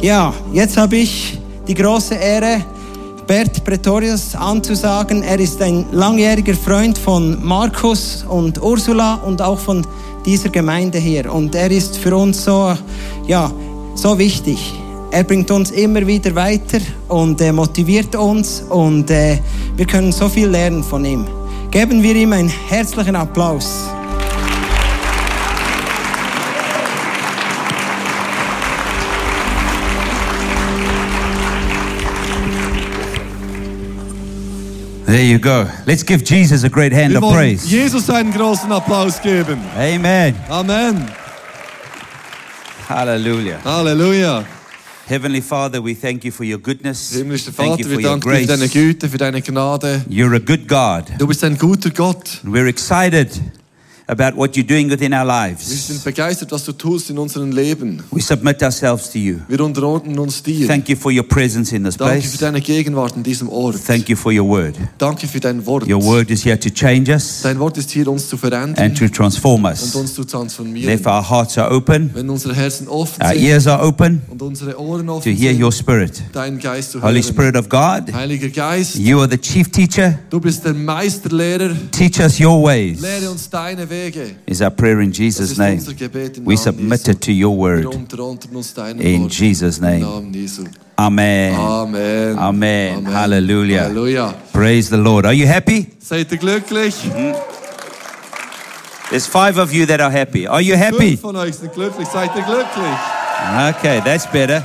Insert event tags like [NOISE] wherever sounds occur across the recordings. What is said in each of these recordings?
Ja, jetzt habe ich die große Ehre, Bert Pretorius anzusagen. Er ist ein langjähriger Freund von Markus und Ursula und auch von dieser Gemeinde hier. Und er ist für uns so, ja, so wichtig. Er bringt uns immer wieder weiter und äh, motiviert uns und äh, wir können so viel lernen von ihm. Geben wir ihm einen herzlichen Applaus. There you go. Let's give Jesus a great hand Wir of wollen praise. Jesus einen großen Applaus geben. Amen. Amen. Hallelujah. Halleluja. Heavenly Father, we thank you for your goodness. Himmlischer Thank you Vater, for your wir danken dir für deine grace. Güte, für deine Gnade. You're a good God. Du bist ein guter Gott. We're excited about what you're doing within our Wir sind lives. begeistert, was du tust in unserem Leben. We submit ourselves to you. Wir unterordnen uns dir. Thank you for your presence in this Danke für place. deine Gegenwart in diesem Ort. Thank you for your word. Danke für dein Wort. Your word is here to change us Dein Wort ist hier, uns zu verändern and to transform und us. uns zu transformieren. Therefore, our hearts are open, Wenn unsere Herzen offen our sind ears are open und unsere Ohren to offen hear sind, your spirit. deinen Geist zu Holy hören. Spirit of God, Heiliger Geist, you are the chief teacher. du bist der Meisterlehrer. Teach us your ways. Lehre uns deine Wege. Is our prayer in Das Jesus' ist name. unser Gebet im We Namen submit Jesu. it to your Wir word. unterordnen uns deinem In Wort. Jesus' Im name. Namen Jesu. Ah. Amen. Amen. Amen. Halleluja. Halleluja. Praise the Lord. Are you happy? Seid ihr glücklich? There's five of you that are happy. Are you happy? Fünf von euch sind glücklich. Seid ihr glücklich? Okay, that's better.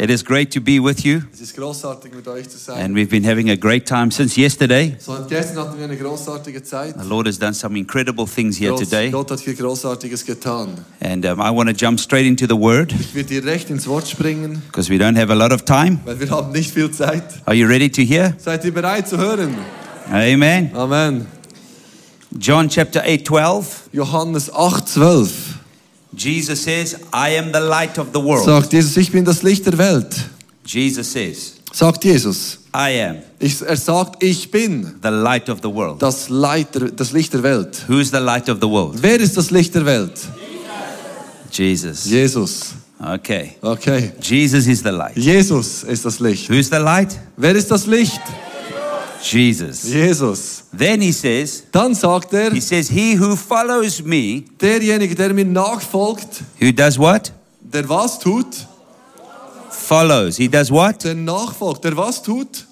It is great to be with you. Es ist großartig, mit euch zu sein. And we've been having a great time since yesterday. So, und gestern hatten wir eine großartige Zeit. The Lord has done some incredible things here Gott, today. Gott hat hier Großartiges getan. And um, I want to jump straight into the word Ich werde direkt ins Wort springen, because we don't have a lot of time. weil wir haben nicht viel Zeit. Are you ready to hear? Seid ihr bereit zu hören? Amen. Amen. John chapter 8 12. Johannes 8, 12 Jesus says, I am the light of the world. sagt Jesus, ich bin das Licht der Welt. Jesus says, Sagt Jesus. I am Ich, er sagt, ich bin the light of the world. das, Leid der, das Licht der Welt. Who's the light of the world? Wer ist das Licht der Welt? Jesus. Jesus. Okay. Okay. Jesus is the light. Jesus ist das Licht. Who's the light? Wer ist das Licht? Jesus. Jesus. Then he says, Dann sagt er, He says, He who follows me, derjenige, der mir nachfolgt, who does what? der was tut, Follows. He does what? der nachfolgt, der was tut,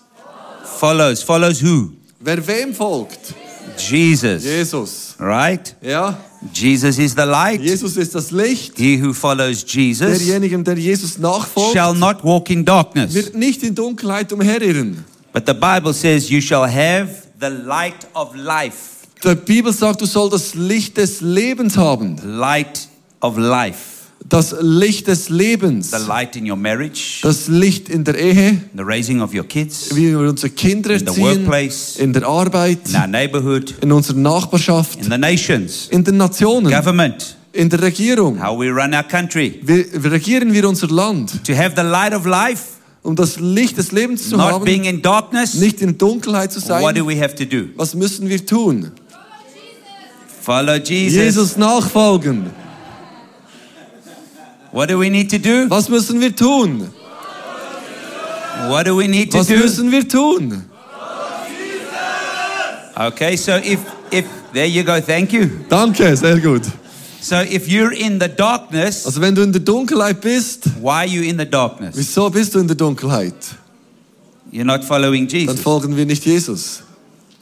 Follows. Follows who? wer wem folgt? Jesus. Jesus. Right? Ja, Jesus is the light. Jesus ist das Licht. He who follows Jesus Derjenige, der Jesus nachfolgt, shall not walk in darkness. wird nicht in Dunkelheit umherirren. But the Bible says, You shall have the light of life. Die Bibel sagt, du sollst das Licht des Lebens haben. Light of life. Das Licht des Lebens. The light in your marriage, Das Licht in der Ehe, the raising of your kids, wie wir unsere Kinder In the erziehen, workplace. in der Arbeit, in our neighborhood, in unserer Nachbarschaft, in the nations, in den Nationen, government, in der Regierung. how we run our country. Wie wie regieren wir unser Land, To have the light of life, um das Licht des Lebens zu not being haben, in darkness, nicht in Dunkelheit zu what do sein? we have to do? Was müssen wir tun? Follow Jesus. Jesus nachfolgen. What do we need to do? Was müssen wir tun? What do we need to Was do? müssen wir tun? Okay, so if if there you go, thank you. Danke, sehr gut. So if you're in the darkness, Also wenn du in der Dunkelheit bist, why are you in the darkness? wieso bist du in der Dunkelheit? You're not following Dann Jesus. folgen wir nicht Jesus.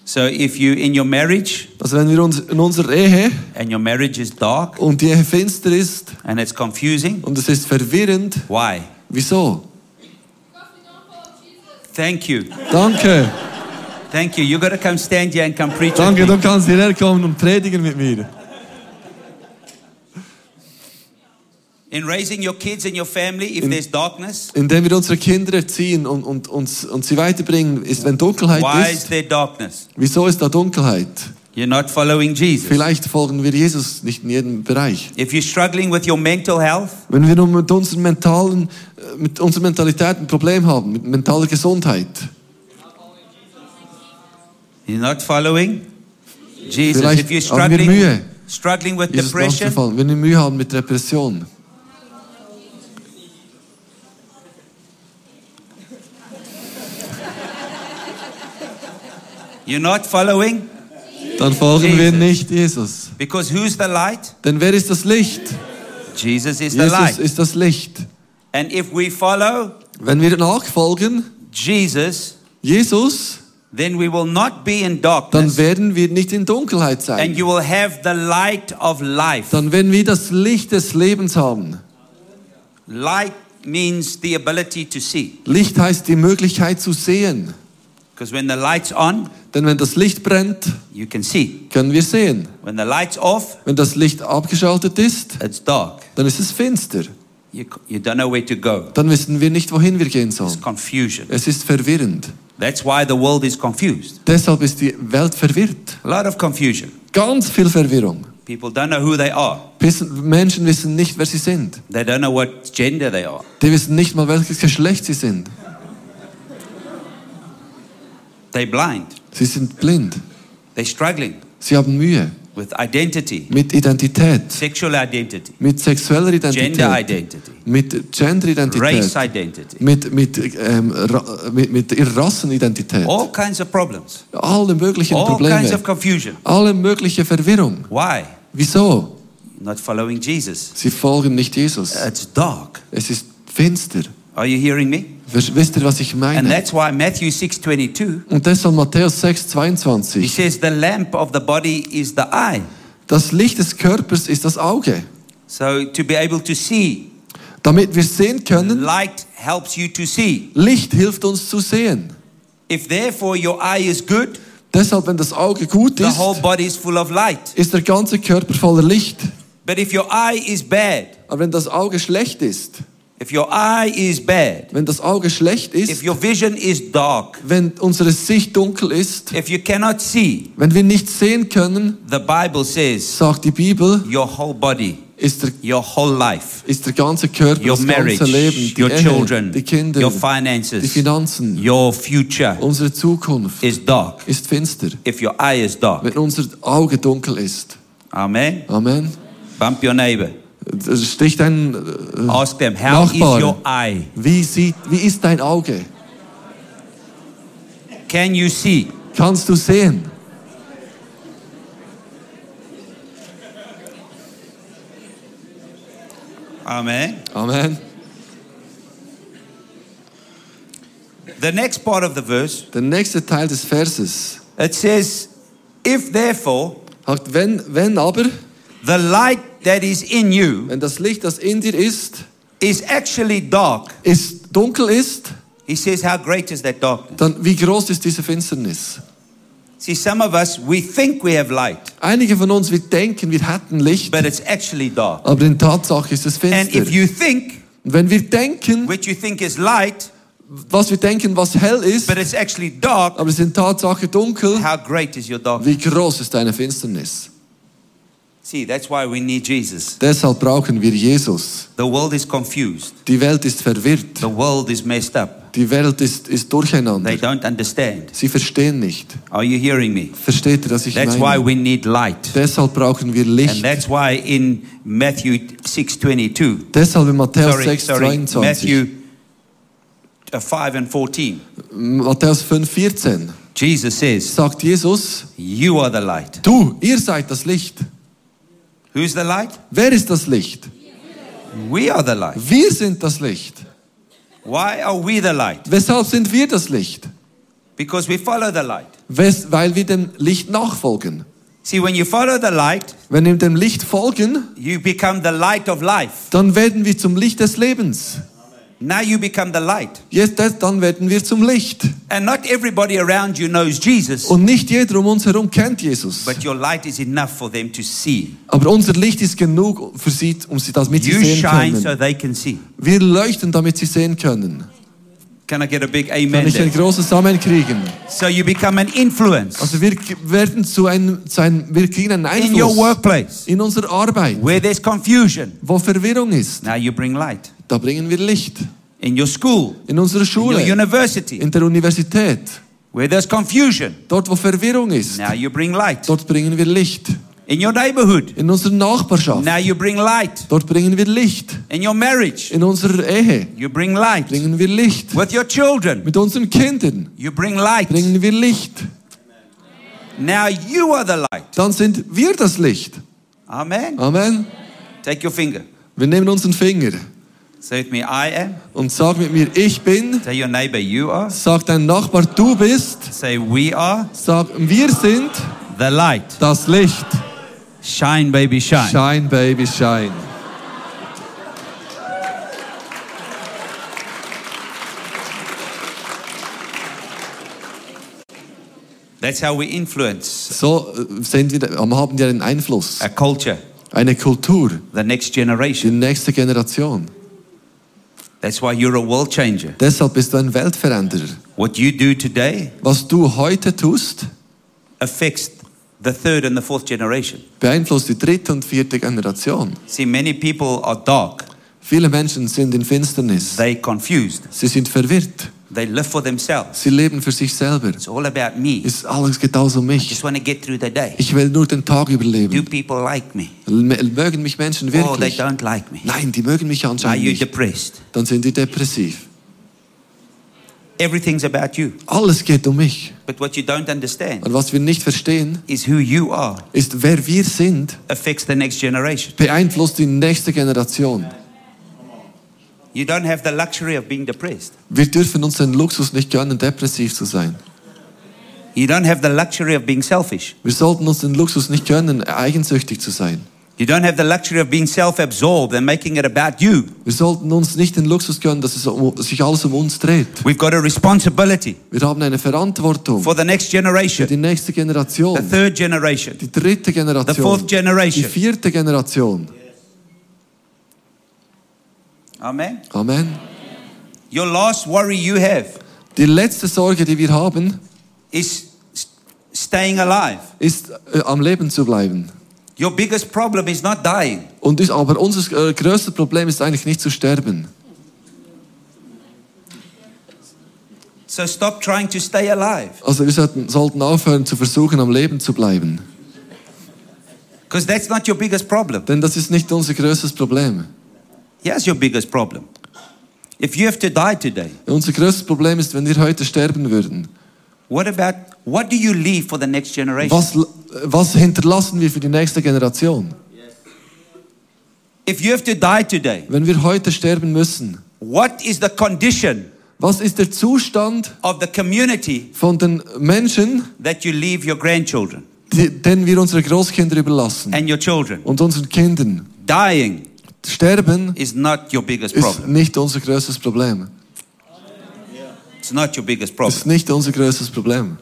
So if you in your marriage Also wenn wir uns in unserer Ehe and your marriage is dark und die Ehe finster ist, and it's confusing, Und es ist verwirrend. why? Wieso? Thank you. Danke. Thank you. You got to come stand here and come preach. with Danke, me. du kannst hierher kommen und predigen mit mir. In raising your kids and your family, if there's darkness, Indem wir unsere Kinder erziehen und, und, und, und sie weiterbringen, ist, wenn Dunkelheit why is ist, there darkness? wieso ist da Dunkelheit? You're not following Jesus. Vielleicht folgen wir Jesus nicht in jedem Bereich. If you're struggling with your mental health, Wenn wir nur mit, unseren mentalen, äh, mit unserer Mentalität ein Problem haben, mit mentaler Gesundheit, you're not following Jesus. if Vielleicht you're haben wir struggling, Mühe, struggling with Jesus depression, nachzufallen. Wenn wir Mühe haben mit Depression, You're not following? dann folgen wir Jesus. nicht Jesus. Because who's the light? Denn wer ist das Licht? Jesus is the Jesus light. ist das Licht. And if we follow Wenn wir nachfolgen, Jesus, Jesus, then we will not be in dann darkness. werden wir nicht in Dunkelheit And sein. you will have the light of life. Dann werden wir das Licht des Lebens haben. Light means the ability to see. Licht heißt die Möglichkeit zu sehen. Because when the light's on, Denn wenn das Licht brennt, you can see. können wir sehen. When the light's off, Wenn das Licht abgeschaltet ist, it's dark. dann ist es finster. You, c- you don't know where to go. Dann wissen wir nicht, wohin wir gehen It's sollen. confusion. Es ist verwirrend. That's why the world is confused. Deshalb ist die Welt verwirrt. A lot of confusion. Ganz viel Verwirrung. People don't know who they are. Wissen- Menschen wissen nicht, wer sie sind. They don't know what gender they are. Die wissen nicht mal, welches Geschlecht sie sind. They're blind. Sie sind blind. They're struggling Sie haben Mühe with identity, mit Identität, sexual identity, mit sexueller gender Identität, identity, mit race Genderidentität, identity. mit, mit, ähm, Ra mit, mit ihrer Rassenidentität. All kinds of problems. Alle möglichen All kinds Probleme, of confusion. alle mögliche Verwirrung. Why? Wieso? Not following Jesus. Sie folgen nicht Jesus. It's dark. Es ist finster. Are you hearing me? Wis- Wisst ihr, was ich And meine? that's why Matthew 6:22 Und deshalb Matthäus 6, he 22. says the lamp of the body is the eye. Das Licht des Körpers ist das Auge. So to be able to see, Damit wir sehen können, light helps you to see. Licht hilft uns zu sehen. If therefore your eye is good, Deshalb, wenn das Auge gut the ist, whole body is full of light. ist der ganze Körper voller Licht. But if your eye is bad, Aber wenn das Auge schlecht ist, if your eye is bad, wenn das Auge schlecht if ist, your vision is dark, wenn unsere Sicht dunkel ist, if you cannot see, wenn wir nicht sehen können, the Bible says sagt die Bibel, your whole body, ist der, your whole life, ist der ganze Körper, your das marriage, ganze Leben, die your Ehe, children, die Kinder, your die finances, Finanzen, Oh. your future unsere Zukunft is dark ist finster, if your eye is dark. wenn unser Auge dunkel ist. Amen. Amen. Bump your neighbor. Da Sticht ein, äh, Ask them, how is Nachbarn. your eye? wie, sieht, wie ist dein Auge? Can you see? Kannst du sehen? Amen. Amen. The next part of the verse, Der nächste Teil des Verses it says, If therefore sagt, wenn, wenn aber, the light that is in you wenn das Licht, das in dir ist, is actually dark, ist dunkel ist, he says, How great is that darkness? dann wie groß ist diese Finsternis? See, some of us, we think we have light, Einige von uns, wir denken, wir hätten Licht, but it's actually dark. aber in Tatsache ist es And finster. if you think Und wenn wir denken, what you think is light, was wir denken, was hell ist, but it's actually dark, aber es ist in Tatsache dunkel, how great is your darkness? wie groß ist deine Finsternis? See, that's why we need Jesus. Deshalb brauchen wir Jesus. The world is confused. Die Welt ist verwirrt. The world is messed up. Die Welt ist, ist They durcheinander. don't understand. Sie verstehen nicht. Are you hearing me? Versteht ihr, was ich That's why meine? we need light. Deshalb brauchen wir And Licht. that's why in Matthew 6:22, Deshalb in Matthäus sorry, 6, sorry, 22, Matthew uh, 5 and 14, Matthäus 5, 14, Jesus says, sagt Jesus, "You are the light." du, ihr seid das Licht. Who's the light? Wer ist das Licht? We are the light. Wir sind das Licht. Why are we the light? Weshalb sind wir das Licht? Because we follow the light. Wes weil wir dem Licht nachfolgen. See, when you follow the light, Wenn wir dem Licht folgen, you become the light of life. dann werden wir zum Licht des Lebens. Now you become the light. Jetzt, das- dann werden wir zum Licht. And not everybody around you knows Jesus, Und nicht jeder um uns herum kennt Jesus. but your light is enough for them to see. Aber unser Licht ist genug für sie, um sie damit sie You sehen shine so können. they can see. Wir leuchten, damit sie sehen können. Can I get a big Kann amen? ich ein there? großes Amen kriegen? So you become an influence Also wir k- werden zu einem, zu einem wir kriegen einen in your Einfluss workplace in unserer Arbeit, where there's confusion. wo Verwirrung ist. Now you bring light. Da bringen wir Licht. In your school, In unserer in your Schule, university, in der Universität, where there's confusion, dort wo Verwirrung ist, now you bring light. dort bringen wir Licht. In your neighborhood, In unserer Nachbarschaft, now you bring light. dort bringen wir Licht. In your marriage, In unserer Ehe you bring light. bringen wir Licht. With your children, Mit unseren Kindern you bring light. bringen wir Licht. Now you are the light. Dann sind wir das Licht. Amen. Amen. Take your finger. Wir nehmen unseren Finger Say with me, I am. und sag mit mir, ich bin. Say your neighbor, you are. Sag deinem Nachbar, du bist. Say we are Sag, wir sind the light. das Licht. Shine, baby, shine. Shine, Baby, shine. That's how we influence So äh, sind wir, haben wir einen Einfluss, a culture, eine Kultur, the next die generation. nächste Generation. That's why you're a world changer. Deshalb bist du ein Weltveränderer. What you do today Was du heute tust, affects the third and the fourth generation. beeinflusst die dritte und vierte Generation. See, many people are dark. Viele Menschen sind in Finsternis. They confused. Sie sind verwirrt. They live for themselves. Sie leben für sich selber. It's all about me. Ist alles geht alles um mich. Just want to get through the day. Ich will nur den Tag Do überleben. people like me? M- Mögen mich Menschen Oh, they wirklich? don't like me. Nein, die mögen mich Are anscheinend you nicht. depressed? Dann sind die depressiv. Everything's about you. Alles geht um mich. But what you don't understand Und was wir nicht verstehen, is who you are ist, wer wir sind, affects the next generation. beeinflusst die nächste Generation. You don't have the luxury of being depressed. Wir dürfen uns den Luxus nicht gönnen, depressiv zu sein. You don't have the luxury of being selfish. Wir sollten uns den Luxus nicht gönnen, eigensüchtig zu sein. You don't have the luxury of being self absorbed and making it about you. Wir sollten uns nicht den Luxus gönnen, dass es um, sich alles um uns dreht. We've got a responsibility Wir haben eine Verantwortung for the next für die generation, nächste the Generation, third generation, die dritte the fourth Generation, die generation. vierte Generation. Amen. Amen. Your last worry you have Die letzte Sorge, die wir haben, is s- staying alive. ist äh, am Leben zu bleiben. Your biggest problem is not dying. Und ist, aber unser äh, größtes Problem ist eigentlich nicht zu sterben. So stop trying to stay alive Also wir sollten, sollten aufhören zu versuchen, am Leben zu bleiben. because that's not your biggest problem. Denn das ist nicht unser größtes Problem. Here's your biggest problem. If you have to die today, Unser größtes Problem ist, wenn wir heute sterben würden. what about what do you leave for the next generation? Was, l- was hinterlassen wir für die nächste Generation? If you have to die today, Wenn wir heute sterben müssen, what is the condition was ist der Zustand of the community von den Menschen, that you leave your grandchildren die, den wir unsere Großkinder überlassen and your children? und unseren Kindern? Dying Sterben is not your biggest ist problem. nicht unser größtes Problem. It's not your biggest Ist problem. nicht unser größtes Problem.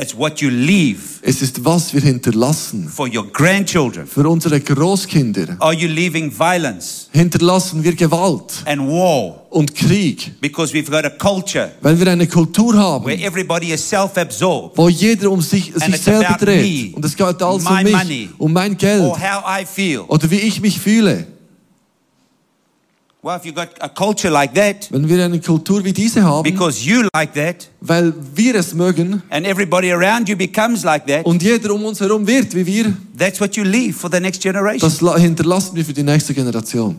It's what you leave Es ist, was wir hinterlassen for your grandchildren. für unsere Großkinder. Are you leaving violence Hinterlassen wir Gewalt and war und Krieg, because we've got a culture weil wir eine Kultur where haben, everybody is self absorbed wo jeder um sich, sich it's selber about dreht. me, Und es geht alles um my mich, money, Oh, um mein or Geld how I feel? oder wie ich mich fühle. Well, if you've got a culture like that, Wenn wir eine Kultur wie diese haben, because you like that, weil wir es mögen and everybody around you becomes like that, und jeder um uns herum wird wie wir, that's what you leave for the next generation. das la- hinterlassen wir für die nächste Generation.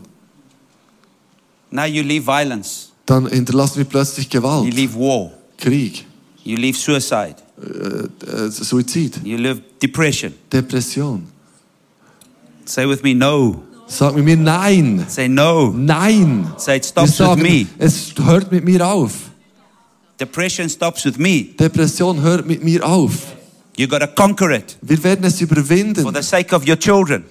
Now you leave violence, Dann hinterlassen wir plötzlich you Gewalt, leave war, Krieg, you leave suicide, äh, Suizid, you leave depression. Depression. Say with me, no. Sag mit mir Nein, Say no. Nein. Say it Wir stops with sagen, me. Es hört mit mir auf. Depression stops with me. Depression hört mit mir auf. You got to conquer it Wir werden es for the überwinden sake of your children,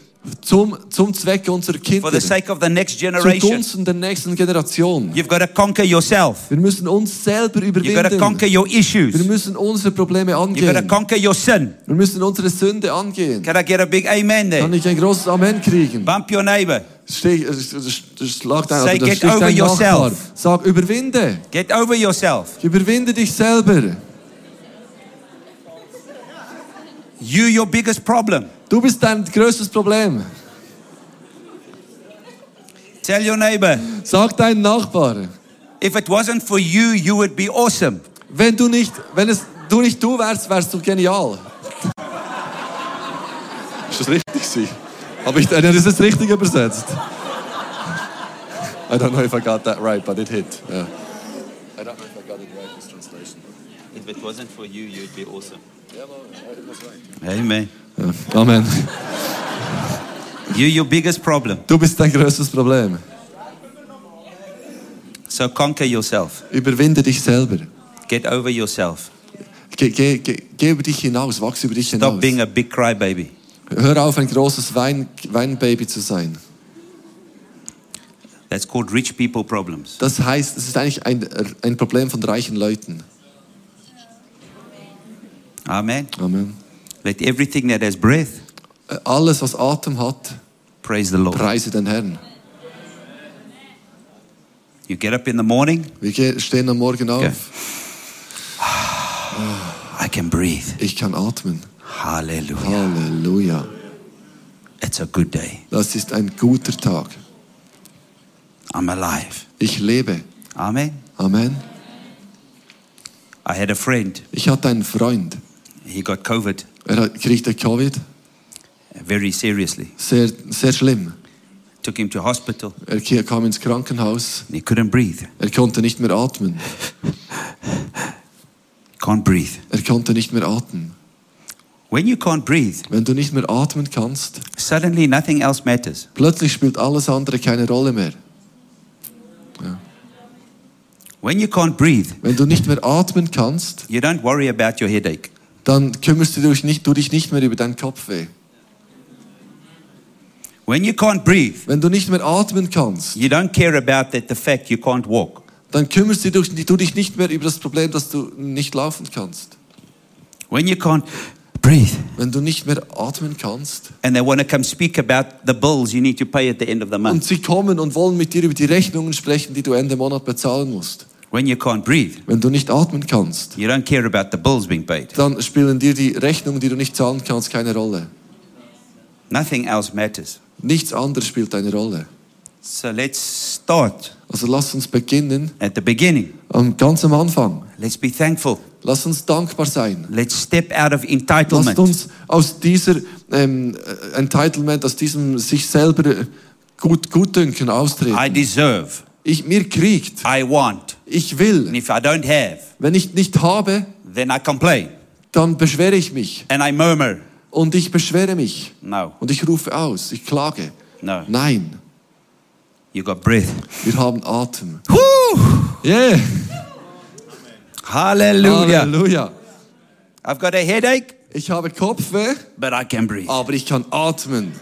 zum, zum Zweck unserer for Kinder, the sake of the next generation. zugunsten der nächsten Generation. You've got to conquer yourself. Wir müssen uns selber You've got to überwinden. conquer your Wir issues. müssen unsere Probleme You've got to angehen. conquer your sin. Wir müssen unsere Sünde angehen. Can I get a big amen Kann there? ich ein großes Amen kriegen? Bump your neighbor. Steh, äh, sch- schlag dein, Say, oder get stich over dein Nachbar. yourself. Sag, überwinde. Get over yourself. Überwinde dich selber. You, your biggest problem. Du bist dein größtes Problem. Tell your neighbor, Sag deinem Nachbar. if it wasn't for you, you would be awesome. Wenn du nicht, wenn es du nicht du wärst, wärst du genial. Ist das richtig? Sie? Habe ich das ist richtig übersetzt? I don't know if I got that right, but it hit. Yeah. I don't know if I got it right, this translation. If it wasn't for you, you'd be awesome. Amen. Ja. Amen. You, your biggest problem. Du bist dein größtes Problem. So conquer yourself. Überwinde dich selber. Get over yourself. Geh, geh, geh, geh über dich hinaus, wachse über dich Stop hinaus. being a big crybaby. Hör auf, ein großes Wein, Weinbaby zu sein. That's called rich people problems. Das heißt, es ist eigentlich ein, ein Problem von reichen Leuten. Amen. Amen. Let everything that has breath Alles, was Atem hat, praise the Lord. preise den Herrn. You get up in the morning, Wir ge- stehen am Morgen auf. Ja. I can breathe. Ich kann atmen. Hallelujah. Halleluja. It's a good day. Das ist ein guter Tag. I'm alive. Ich lebe. Amen. Amen. I had a friend. Ich hatte einen Freund. He got COVID Er hat- kriegte Covid. very seriously. Sehr, sehr schlimm. Took him to hospital. Er ke- kam ins Krankenhaus. He couldn't breathe. Er konnte nicht mehr atmen. Can't breathe. Er konnte nicht mehr atmen. When you can't breathe, Wenn du nicht mehr atmen kannst, suddenly nothing else matters. plötzlich spielt alles andere keine Rolle mehr. When you can't breathe, Wenn du nicht mehr atmen kannst, you don't worry about your headache. dann kümmerst du dich nicht, du dich nicht mehr über deinen Kopfweh. When you can't breathe, Wenn du nicht mehr atmen kannst, you don't care about that the fact you can't walk. dann kümmerst du dich, du dich nicht mehr über das Problem, dass du nicht laufen kannst. When you can't breathe, Wenn du nicht mehr atmen kannst and they want to come speak about the bills you need to pay at the end of the und month. sie kommen und wollen mit dir über die Rechnungen sprechen, die du Ende Monat bezahlen musst. When you can't breathe, Wenn du nicht atmen kannst, you don't care about the bills being paid. dann spielen dir die Rechnungen, die du nicht zahlen kannst, keine Rolle. Nothing else matters. Nichts anderes spielt eine Rolle. So let's start Also lass uns beginnen, at the beginning. am- ganz am Anfang. Let's be thankful. Lass uns dankbar sein. Let's step out of Lasst entitlement. uns aus dieser ähm, äh, Entitlement, aus diesem sich selber äh, gut, gutdünken austreten. I deserve. Ich, mir kriegt, I want. ich And will. if I don't have, Wenn ich nicht habe, then I complain dann beschwere ich mich. and I murmur. Und ich beschwere mich. No, Und ich rufe aus, ich klage. no. Nein, You got breath. wir haben Atem. Woo! Yeah. Hallelujah. Halleluja. I've got a headache, Ich habe Kopfweh, but I can breathe. aber ich kann atmen.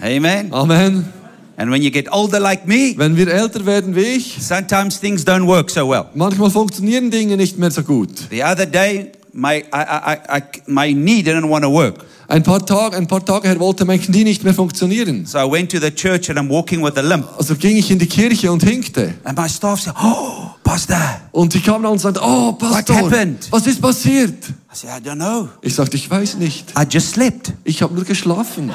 Amen. Amen. And when you get older like me, Wenn wir älter werden wie ich, sometimes things don't work so well. manchmal funktionieren Dinge nicht mehr so gut. The other day, my, I, I, I, I- my knee didn't want to work. Ein paar Tage, ein paar Tage her wollte mein Knie nicht mehr funktionieren. So I went to the church and I'm walking with a limp. Also ging ich in die Kirche und hinkte. And my staff said, Oh, Pastor. I Und die kamen an und sagten, oh, Pastor, What happened? was ist passiert? said, I don't know. Ich sagte, ich weiß nicht. I just slept. Ich habe nur geschlafen.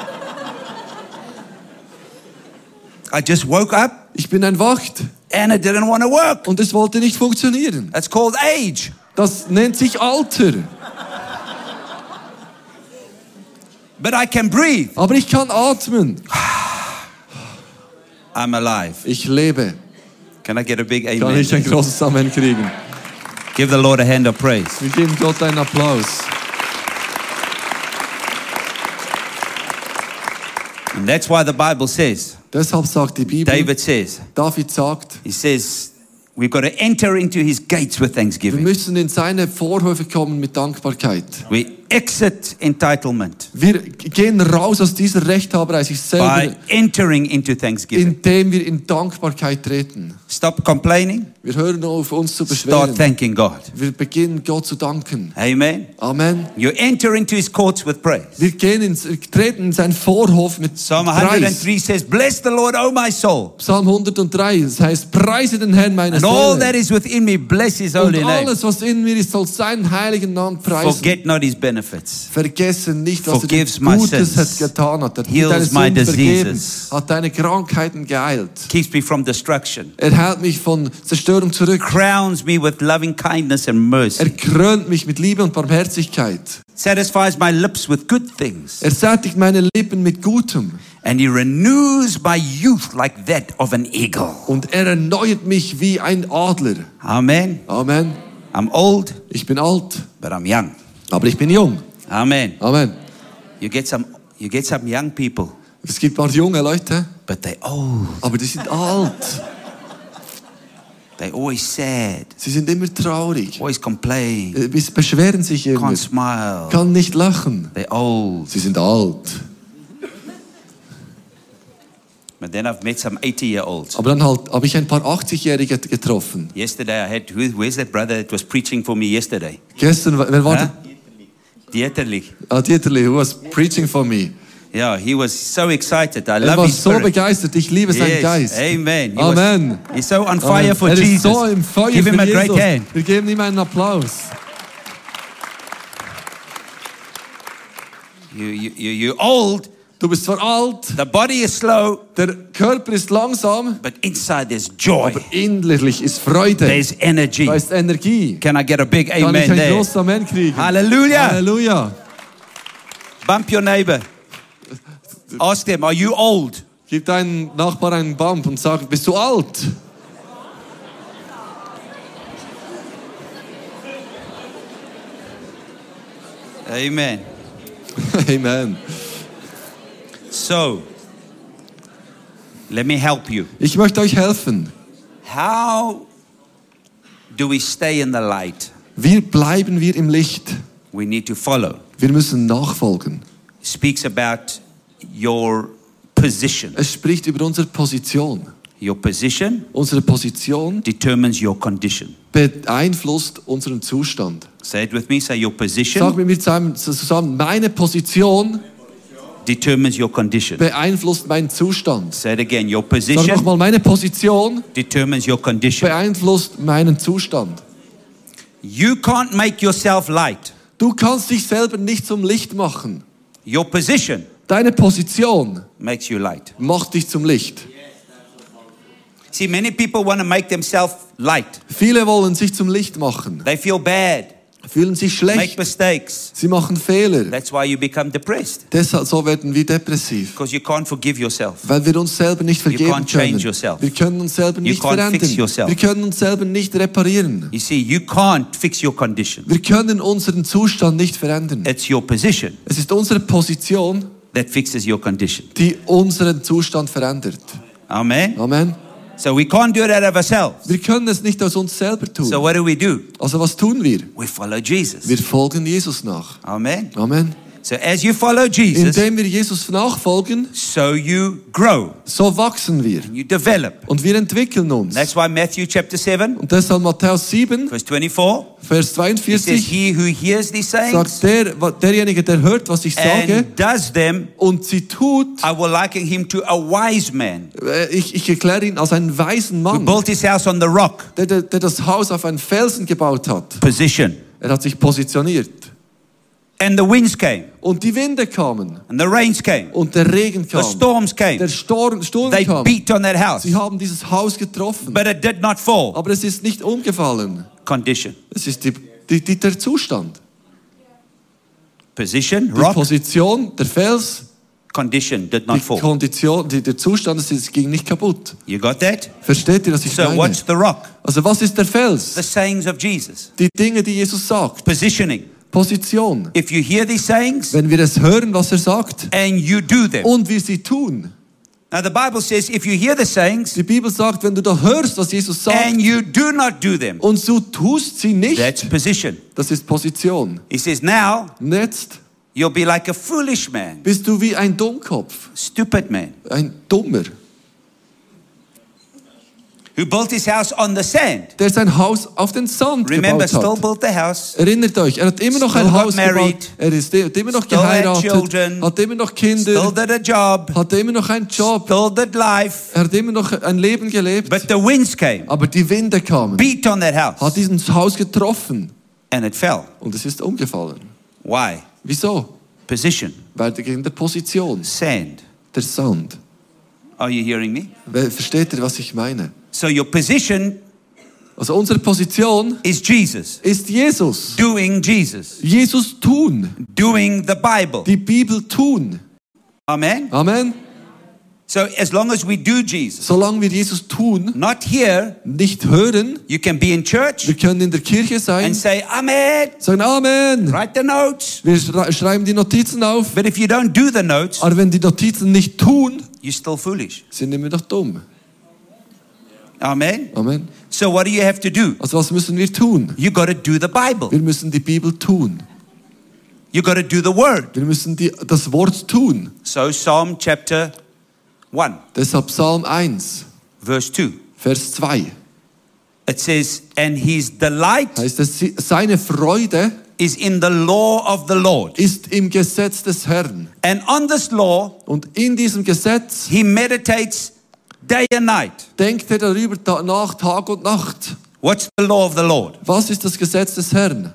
I just woke up Ich bin entwacht and it didn't want to work. und es wollte nicht funktionieren. That's called age. Das nennt sich Alter. But I can breathe. Aber ich kann atmen. I'm alive. Ich lebe. Can I get a big Kann amen? ich ein großes Amen kriegen? Give the Lord a hand of praise. Wir geben Gott einen Applaus. And that's why the Bible says, Deshalb sagt die Bibel, David says, David sagt, He says, we've got to enter into his gates with wir thanksgiving. müssen in seine Vorhöfe kommen mit Dankbarkeit. We exit entitlement Wir gehen raus aus dieser Rechthaberei sich by selber, entering into thanksgiving. indem wir in Dankbarkeit treten. Stop complaining, Wir hören auf, uns zu start beschweren. thanking God. Wir beginnen Gott zu danken. Amen. Amen. You enter into his courts with praise. Wir gehen ins, treten in seinen Vorhof mit Psalm Preis. 103 says, Bless the Lord, O my soul, Psalm 103, das heißt, preise den Herrn meine and all that Seele. is within me, bless his holy Und name. alles, was in mir ist, soll seinen heiligen Namen preisen. Forget not his benefits. Vergessen nicht, was er dir Forgives my Gutes sins. hat getan hat. Er hat Heals deine my Sünden vergeben, diseases. hat deine Krankheiten geheilt. Keeps me from destruction. Er hält mich von Zerstörung zurück. Crowns me with loving kindness and Er mercy. krönt mich mit Liebe und Barmherzigkeit. Satisfies my lips with good things. Er sättigt meine Lippen mit Gutem. And he renews my youth like that of an eagle. Und er erneuert mich wie ein Adler. Amen. Amen. I'm old, Ich bin alt, but I'm young. aber ich bin jung. Amen. Amen. You get some, you get some young people, Es gibt ein paar junge Leute, but they oh, old. aber die sind alt. They always sad, Sie sind immer traurig. always complain, Äh, Sie beschweren sich immer. can't smile. Kann nicht lachen. They old. Sie sind alt. But then I've met some 80 year olds. Aber dann halt, habe ich ein paar 80-Jährige getroffen. Yesterday I had, who, where's that brother that was preaching for me yesterday? Gestern, wa- wer war Huh? der? Dieterlich. Ah, Dieterli, who was preaching for me. Yeah, he was so excited. I Er love war his so spirit. begeistert. Ich liebe seinen Yes, Geist. Amen. He was- Amen. he's so on fire Amen. for er Jesus. ist so im Feuer Give für him a Jesus. great hand. Wir geben ihm einen Applaus. You, you, you, you're old, Du bist zwar alt, the body is slow, der Körper ist langsam, but inside there's joy. aber innerlich ist Freude. There's energy. Da ist Energie. Can I get a big Kann amen ich ein there? großes Amen kriegen? Halleluja. Halleluja. Bump your neighbor. Ask them, are you old? Gib deinem Nachbar einen Bump und sag, bist du alt? [LAUGHS] Amen. Amen. So, let me help you. Ich möchte euch helfen. How do we stay in the light? Wir bleiben wir im Licht. We need to follow. Wir müssen nachfolgen. Speaks about your position. Es spricht über unsere Position. Your position Unsere Position determines your condition. beeinflusst unseren Zustand. Say it with me. Say your Sag position mit mir zusammen, zusammen, meine Position determines your condition. beeinflusst meinen Zustand. Say it again. Your Sag position nochmal, meine Position determines your condition. beeinflusst meinen Zustand. You can't make yourself light. Du kannst dich selber nicht zum Licht machen. Your position Deine Position makes you light. macht dich zum Licht. See, many people want to make themselves light. Viele wollen sich zum Licht machen, They feel bad, fühlen sich make schlecht, mistakes. sie machen Fehler. That's why you become depressed Deshalb so werden wir depressiv, because you can't forgive yourself. weil wir uns selber nicht vergeben can't change können. yourself. Wir können uns selber You nicht can't fix verändern. yourself. Wir können uns selber nicht reparieren. You see, you can't fix your condition. Wir können unseren Zustand nicht verändern. It's your position Es ist unsere Position, that fixes your condition. die unseren Zustand verändert. Amen. Amen. So we can't do that of ourselves. Wir können es nicht aus uns selber So tun. what do we do? Also was tun wir? We follow Jesus. Wir folgen Jesus nach. Amen. Amen. So as you follow Jesus, Indem wir Jesus nachfolgen, so you grow, so wachsen wir you develop. und wir entwickeln uns. That's why Matthew chapter 7, Und deshalb Matthäus 7, verse 24, Vers it says, 42 He who hears these sagt sayings der, wa- derjenige, der hört, was ich sage and does them, und sie tut, I will liken him to a wise man äh, ich, ich erkläre ihn als einen weisen who Mann, built his house on the rock. der, der, der das Haus auf einen Felsen gebaut hat. Position. Er hat sich positioniert. And the winds came, Und die Winde kamen and the rains came, und der Regen the kam. storms Der came. Sturm, Sturm They kam. beat on that house, Sie haben dieses Haus getroffen, but it did not fall. aber es ist nicht umgefallen. Condition. Es ist die, die, die, der Zustand. Position, Die rock, Position, der Fels, condition did die not fall. Kondition, die, der Zustand, es ist- ging nicht kaputt. You got that? Versteht ihr, was ich So meine? what's the rock? Also was ist der Fels? The sayings of Jesus. Die Dinge, die Jesus sagt. Positioning. Position. If you hear these sayings Wenn wir es hören, was er sagt, and you do them. und wir sie tun. Now the Bible says if you hear the sayings Die Bibel sagt, wenn du da hörst, was Jesus sagt, and you do not do them, und du tust sie that's nicht, position. das ist Position. He says now Und jetzt you'll be like a foolish man, bist du wie ein Dummkopf, stupid man, ein Dummer, who built his house on the sand. der sein Haus auf den Sand Remember, still gebaut hat. built the house, Erinnert euch, er hat immer noch Still ein got Haus married. gebaut, er ist er hat immer noch Still had geheiratet, children. hat immer noch still Kinder, did a job, hat immer noch einen Job, still did life, er hat immer noch ein Leben gelebt, but the winds came, aber die Winde kamen, beat on that hat house, dieses Haus getroffen and it fell. und es ist umgefallen. Why? Wieso? Position, Weil gegen der Position, sand. der Sound. Are you hearing me? Wer- Versteht ihr, was ich meine? So your position Also unsere Position is Jesus, ist Jesus. doing Jesus, Jesus tun, doing the Bible. die Bibel tun. Amen. Amen. So as long as we do Jesus, Solange wir Jesus tun, not here, nicht hören, you can be in church wir können in der Kirche and sein, say, Amen, sagen Amen. write the notes. Wir schrei- schreiben die Notizen auf, But if you don't do the notes, aber wenn die Notizen nicht tun, you're still foolish. sind wir doch dumm. Amen. Amen. So what do you have to do? Also was müssen wir tun? You got to do the Bible. Wir müssen die Bibel tun. You got to do the word. Wir müssen die, das Wort tun. So Psalm chapter 1, Deshalb Psalm 1, verse 2. Vers 2. It says, "And his delight Heißt es, sie- seine Freude is in the law of the Lord, ist im Gesetz des Herrn. and on this law Und in diesem Gesetz he meditates day and night." denkt er darüber ta- nach Tag und Nacht. What's the law of the Lord? Was ist das Gesetz des Herrn?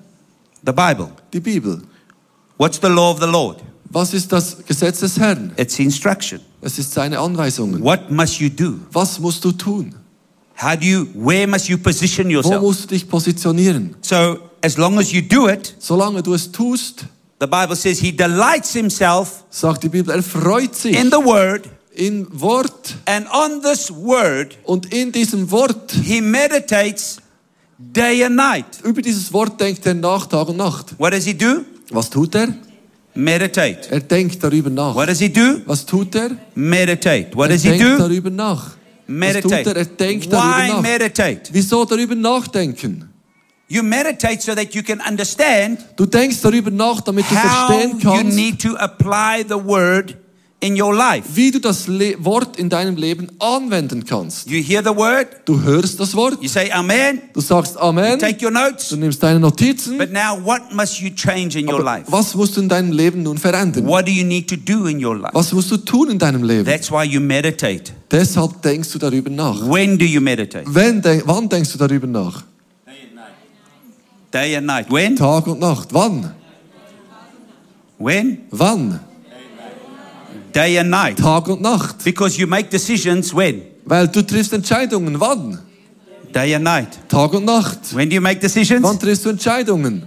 The Bible. Die Bibel. What's the law of the Lord? Was ist das Gesetz des Herrn? It's instruction. Es ist seine Anweisungen. What must you do? Was musst du tun? How do you where must you position Wo yourself? musst du dich positionieren? So as long as you do it, Solange du es tust, the Bible says he delights himself sagt die Bibel, er freut sich in the word, im Wort and on this word und in diesem Wort. he meditates day and night. Über dieses Wort denkt er nach Tag und Nacht. What does he do? Was tut er? Meditate. Er denkt darüber nach. What does he do? Was tut er? Meditate. What er does he denkt do? darüber nach. Was tut Meditate. er? Er denkt Why darüber nach. meditate? Wieso darüber nachdenken? You meditate so that you can understand Du denkst darüber nach, damit du how verstehen you kannst, need to apply the word in your life. wie du das Le Wort in deinem Leben anwenden kannst. You hear the word, Du hörst das Wort, you say Amen, du sagst Amen, take your notes, du nimmst deine Notizen. but now what must you change in your Aber life? was musst du in deinem Leben nun verändern? What do you need to do in your life? Was musst du tun in deinem Leben? That's why you meditate. Deshalb denkst du darüber nach. When do you meditate? Wenn de wann denkst du darüber nach? Day and night. When? Tag und Nacht. Wann? When? Wann? Day and night. Tag und Nacht. Because you make decisions when? Weil du triffst Entscheidungen. Wann? Day and night. Tag und Nacht. When do you make decisions? Wann triffst du Entscheidungen?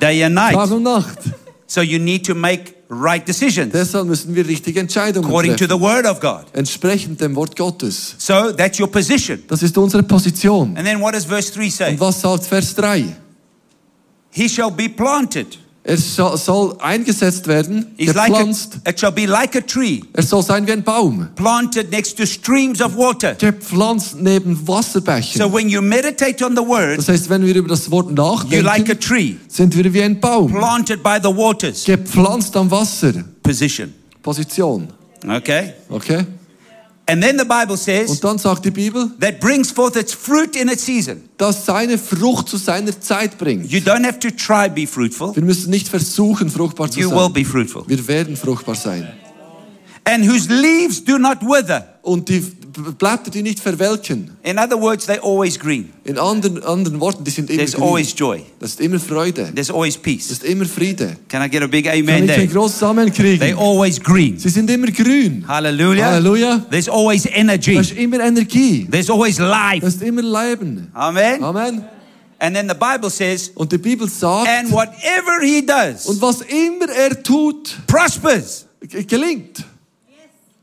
Day and night. Tag und Nacht. So you need to make right decisions Deshalb müssen wir richtige Entscheidungen according to treffen. the word of God. Entsprechend dem Wort Gottes. So that's your position. Das ist unsere Position. And then what does verse 3 say? Und was sagt Vers 3? He shall be planted. Er so- soll eingesetzt werden, He's like a, gepflanzt. it shall be like a tree Er soll sein wie ein Baum. planted next to streams of water. Gepflanzt neben Wasserbächen. So when you meditate on the word, Das heißt, wenn wir über das Wort you're like a nachdenken, tree sind wir wie ein Baum, planted by the waters. gepflanzt am Wasser. Position. Position. Okay? Okay? And then the Bible says Und dann sagt die Bibel, that brings forth its fruit in its season. dass seine Frucht zu seiner Zeit bringt. You don't have to try be fruitful. Wir müssen nicht versuchen, fruchtbar zu You will sein. be fruitful. Wir werden fruchtbar sein. And whose leaves do not wither. Und die Blätter, die nicht verwelken, In other words, they're always green. in anderen, anderen Worten, die sind immer There's grün. always joy. Das ist immer Freude. There's always Das peace. ist immer Friede. Can I get a big Kann amen ich ein there? großes Amen They're kriegen? always green. Sie sind immer grün. Hallelujah. Halleluja. There's always energy. Da ist immer Energie. There's always Da life. ist immer Leben. Amen. Amen. And then the Bible says, Und die Bibel sagt, and whatever he Und does was immer er tut, prospers. g- gelingt.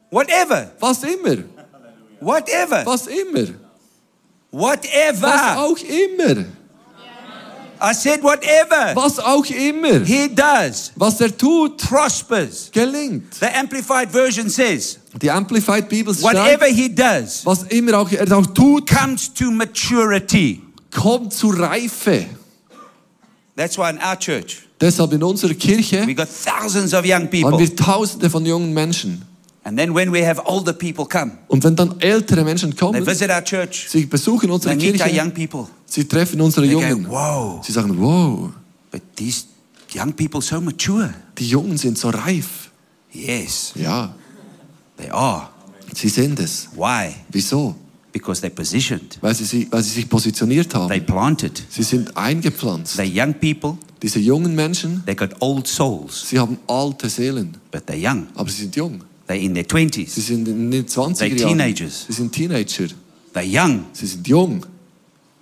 Whatever. Was immer. Whatever. Was immer. Was Whatever. auch immer. I said whatever Was auch immer. he does Was er tut, prospers. gelingt. The Amplified Version says, Die Amplified Bibel sagt, whatever he does was immer auch er auch tut, comes to maturity. kommt zu Reife. That's why in our church, Deshalb in unserer Kirche we got thousands of young haben people. wir Tausende von jungen Menschen. And then when we have older people come, Und wenn dann ältere Menschen they kommen, visit our church, sie besuchen unsere they meet our young Kirche, people. sie treffen unsere They go, Jungen. wow. Sie sagen, wow, But these young people so mature. die Jungen sind so reif. Yes, Ja, they are. sie sind es. Why? Wieso? Because they're positioned. weil sie, sich- weil sie sich positioniert They haben. planted. Sie sind eingepflanzt. They're young people. Diese jungen Menschen, They got old souls, sie haben alte Seelen, but they're young. aber sie sind jung. They're in their Sie 20s. sind in den 20er They're Jahren. teenagers. Sie sind Teenager. They're young, Sie sind jung,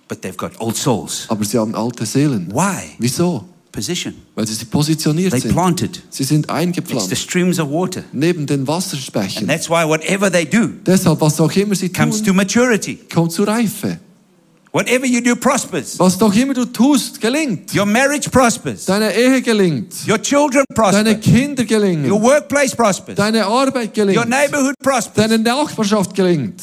but they've got old souls. aber sie haben alte Seelen. Why? Wieso? position. weil sie sich positioniert They sind. planted. Sie sind It's the eingepflanzt streams of water. neben den And Wasserspeichen. that's why whatever they do Deshalb, was auch immer sie comes tun, to maturity. kommt zur Reife. Whatever you do prospers. Was auch immer du tust, gelingt. Your marriage prospers. Deine Ehe gelingt. Your children Deine prosper. Kinder Your gelingen. workplace prospers. Deine Arbeit Your gelingt. neighborhood prospers. Deine Nachbarschaft gelingt.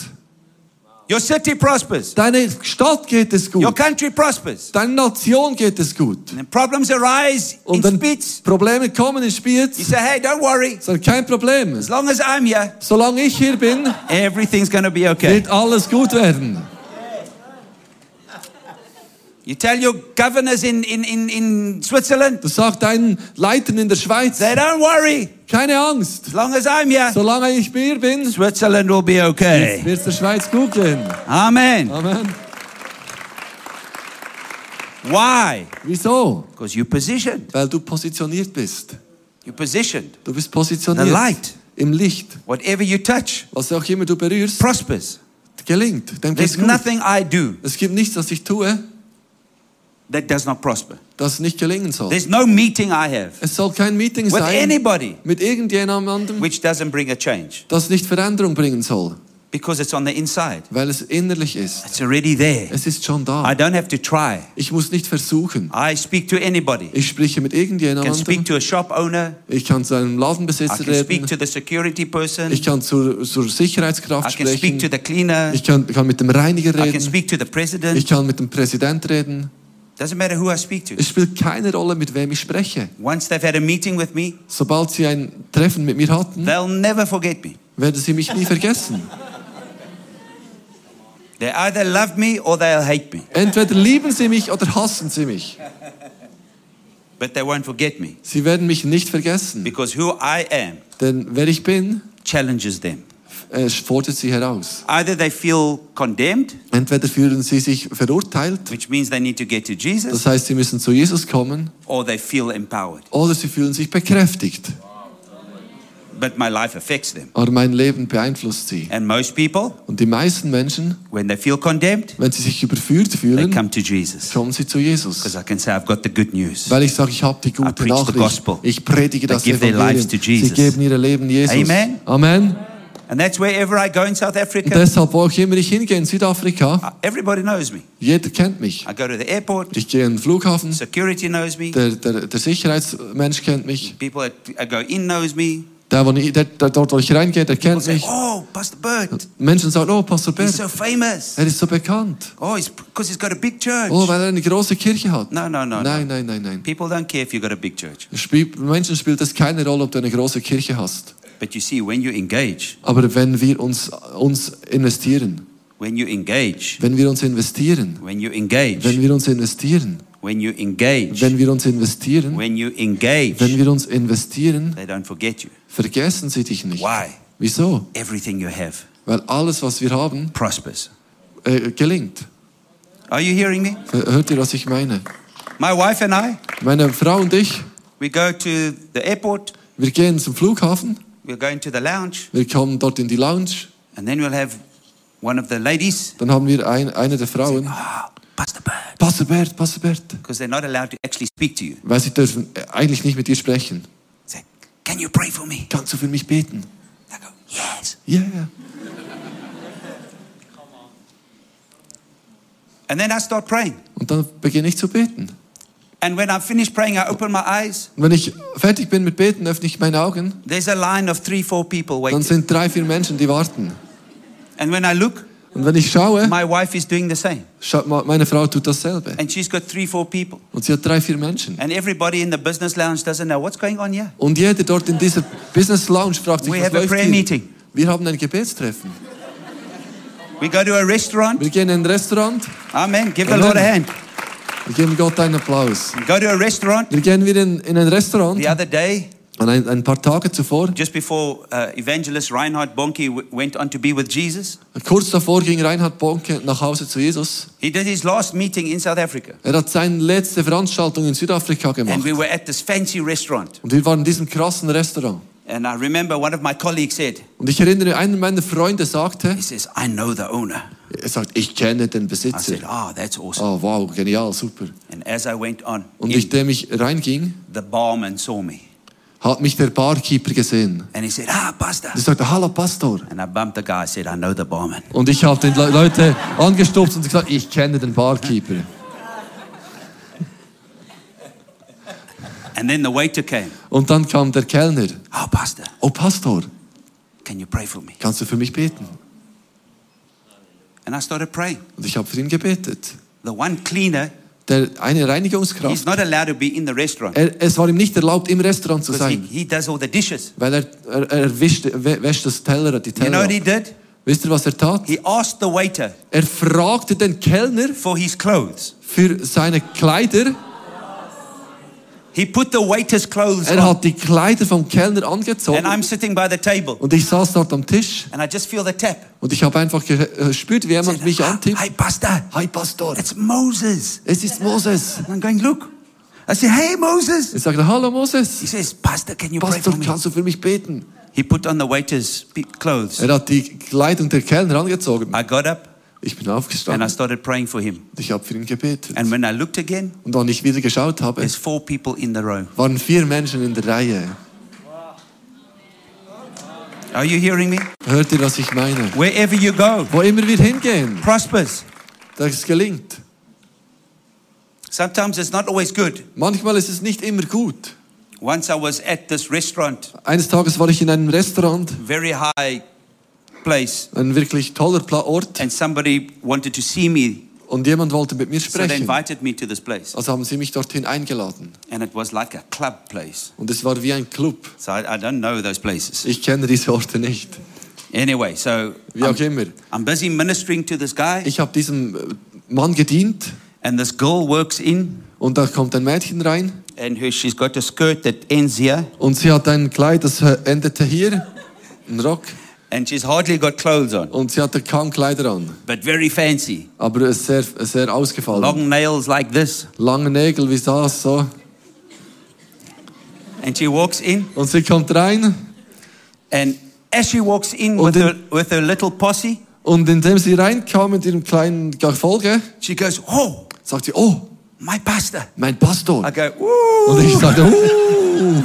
Your city prospers. Deine Stadt geht es Your gut. country prospers. Deine Nation geht es gut. And then problems arise in Und dann Spitz. Probleme kommen in You Spiez. say, hey, don't worry. Sag, kein Problem. As long as I'm here, Solange ich hier bin, everything's going to be okay. wird alles gut werden. You tell your governors in, in, in, in Switzerland, Du sagst deinen Leitern in der Schweiz, say, don't worry. keine Angst. As long as I'm here, Solange ich hier bin, Switzerland will be okay. wird es der Schweiz gut gehen. Amen. Amen. Why? Wieso? Because you're positioned. Weil du positioniert bist. You're positioned. Du bist positioniert. The light. Im Licht. Whatever you touch Was auch immer du berührst, prospers. gelingt. Dann geht's There's gut. nothing I do Es gibt nichts, das ich tue, that does not prosper. das nicht gelingen soll. There's no meeting I have Es soll kein Meeting with sein anybody mit irgendjemandem, which doesn't bring a change das nicht Veränderung bringen soll, because it's on the inside. weil es innerlich ist. It's already there. Es ist schon I da. don't have to try. Ich muss nicht versuchen. I speak to anybody. Ich spreche mit I can speak irgendjemandem. to a shop owner. Ich kann zu einem I Ladenbesitzer can speak reden. to the security person. Ich kann zur, zur I Sicherheitskraft can speak to sprechen. the cleaner. Ich kann, kann mit dem Reiniger I can reden. speak to the Ich president. kann mit dem Präsident reden. Doesn't matter who I speak to. Es spielt keine Rolle, mit wem ich spreche. Once they've had a meeting with me, Sobald sie ein Treffen mit mir hatten, they'll never forget me. werden sie mich nie vergessen. They either love me or they'll hate me, Entweder lieben sie mich oder hassen sie mich. but they won't forget me Sie werden mich nicht vergessen. because who I am Denn wer ich bin, challenges them. äh, fordert sie heraus. Either they feel condemned, Entweder fühlen sie sich verurteilt, which means they need to get to Jesus, das heißt, sie müssen zu Jesus kommen, or they feel empowered. oder sie fühlen sich bekräftigt. But my life affects them. Aber mein Leben beeinflusst sie. And most people, Und die meisten Menschen, when they feel condemned, wenn sie sich überführt they fühlen, come to Jesus kommen sie zu because Jesus. I can say I've got the good news. Weil ich sage, ich habe die I preach gute the Nachricht. gospel. Ich predige They das give their lives Evangelium. to Jesus. Sie geben ihr Leben Jesus. Amen. Amen. And that's wherever I go in South Und Africa, deshalb, wo auch immer ich hingehe, in Südafrika, I- everybody knows me. jeder kennt mich. I go to the airport, Ich gehe in den Flughafen, security knows me, der, der, der Sicherheitsmensch kennt mich. people that I go in knows me. Der, wo ich, der, der, dort, wo ich reingehe, der People kennt say, mich. oh, Pastor Bert, Menschen sagen, oh, Pastor he's so Bert, famous. er ist so bekannt. Oh, it's because he's got a big church. Oh, weil er eine große Kirche hat. No, no, no, Nein, nein, nein, nein. People don't care if you've got a big church. Spiel, Menschen spielt es keine Rolle, ob du eine große Kirche hast. But you see, when you engage, Aber wenn wir uns, uns investieren, when you engage, wenn wir uns investieren, when you engage, wenn wir uns investieren, when you engage, wenn wir uns investieren, when you engage, wenn wir uns investieren, they don't forget you. vergessen sie dich nicht. Why? Wieso? Everything you have Weil alles, was wir haben, prospers. äh, gelingt. Äh, Are you hearing me? Hört ihr, was ich meine? My wife and I, Meine Frau und ich, we go to the airport, wir gehen zum Flughafen, we're going to the lounge, wir kommen dort in die Lounge, and then we'll have one of the ladies, dann haben wir ein, eine der Frauen. ah, Pastor Bert, Passer Bert, Passer Bert. because they're not allowed to actually speak to you. Weil sie dürfen äh, eigentlich nicht mit dir sprechen. Say, can you pray for me? Kannst du für mich beten? I go, yes. Ja, yeah. And then I start praying. Und dann beginne ich zu beten. And when I finish praying, I open my eyes. Und wenn ich fertig bin mit Beten, öffne ich meine Augen. There's a line of three, four people Dann waiting. sind drei, vier Menschen, die warten. And when I look, Und wenn ich schaue, my wife is doing the same. scha ma- meine Frau tut dasselbe. And she's got three, four people. Und sie hat drei, vier Menschen. And everybody in the business lounge doesn't know what's going on here. Und jeder dort in dieser Business Lounge fragt sich, We was have a läuft prayer hier? meeting. Wir haben ein Gebetstreffen. We go to a restaurant. Wir gehen in ein Restaurant, Amen. Give the Amen. Lord a hand. wir geben Gott einen Applaus. We go to a restaurant. Wir gehen wieder in, in ein Restaurant. The other day, Und ein, ein paar Tage zuvor, just before uh, evangelist Reinhard Bonke w- went on to be with Jesus, kurz davor, ging Reinhard Bonke nach Hause zu Jesus. he did his last meeting in South Africa. Er hat seine letzte Veranstaltung in Südafrika And gemacht. we were at this fancy restaurant. Und wir waren in diesem krassen Restaurant. And I remember one of my colleagues said, Und ich erinnere, einer meiner Freunde sagte, he says, I know the owner. er sagt, ich kenne den I said, Besitzer. ah, that's awesome. Oh wow, genial, super. And And as I went on, Und in- indem ich reinging, the barman saw me. hat mich der Barkeeper gesehen. And he said, Ah, Pastor. Er sagte, hallo Pastor. And I bumped the guy. I said, I know the barman. Und ich habe den Le Leute angestupst und gesagt, ich kenne den Barkeeper. And then the waiter came. Und dann kam der Kellner. Oh, Pastor, Oh Pastor, can you pray for me? kannst du für mich beten? And I started praying. Und ich habe für ihn gebetet. The one cleaner, Der eine he's Reinigungskraft. not allowed to be in the restaurant Er, es war ihm nicht erlaubt, im Restaurant zu because he, sein, he does all the dishes. weil er, er, er wischt, wä- wäscht das Teller, die You know Teller. what he ab. did? Wisst ihr, was er tat? He asked the waiter Er fragte den Kellner for his clothes. für seine Kleider. He put the waiter's clothes Er on. hat die Kleider vom Kellner And angezogen. I'm sitting by the table Und ich saß dort am Tisch and I just feel the tap. und ich habe einfach ge- äh, gespürt, wie jemand mich "Ah, antippt. Hey, Pastor, Hi Pastor, it's Moses. es ist Moses. And I'm going, Look. I said, Hey, Moses. Er sagte, hallo He Moses. says, Pastor, can you pray for Pastor, me? kannst du für mich beten? He put on the waiter's pe- clothes. Er hat die Kleidung der Kellner angezogen. I got up Ich bin and I aufgestanden started praying for him. und ich habe für ihn gebetet. And when I looked again, Und als ich wieder geschaut habe, there's four people in the row. waren vier Menschen in der Reihe. Are you hearing me? Hört ihr, was ich meine? Wherever you go, Wo immer wir hingehen, prospers. das gelingt. Sometimes it's not always good. Manchmal ist es nicht immer gut. Once I was at this restaurant, Eines Tages war ich in einem Restaurant, very high place, ein wirklich toller Pla- Ort, and somebody wanted to see me, und jemand wollte mit mir so they sprechen. invited me to this place. Also haben sie mich dorthin eingeladen. And it was like a club place. Und es war wie ein Club. So I, I don't know those places. Ich kenne diese Orte nicht. Anyway, so Wie auch immer. I'm busy ministering to this guy, Ich habe diesem äh, Mann gedient and this girl works in, und da kommt ein Mädchen rein and her, she's got a skirt that ends here, und sie hat ein Kleid, das äh, endete hier, ein Rock, and she's hardly got clothes on, und sie hatte kaum Kleider an. but very fancy. Aber es sehr, sehr ausgefallen. Long nails like this. Lange Nägel wie das, so. And she walks in, Und sie kommt rein and as she walks in Und with her, in- with her little posse, und indem sie reinkam mit ihrem kleinen Gefolge, She goes, Oh, sagt sie, oh, my pastor. mein I Pastor. go, Und ich Woo! sagte, uh.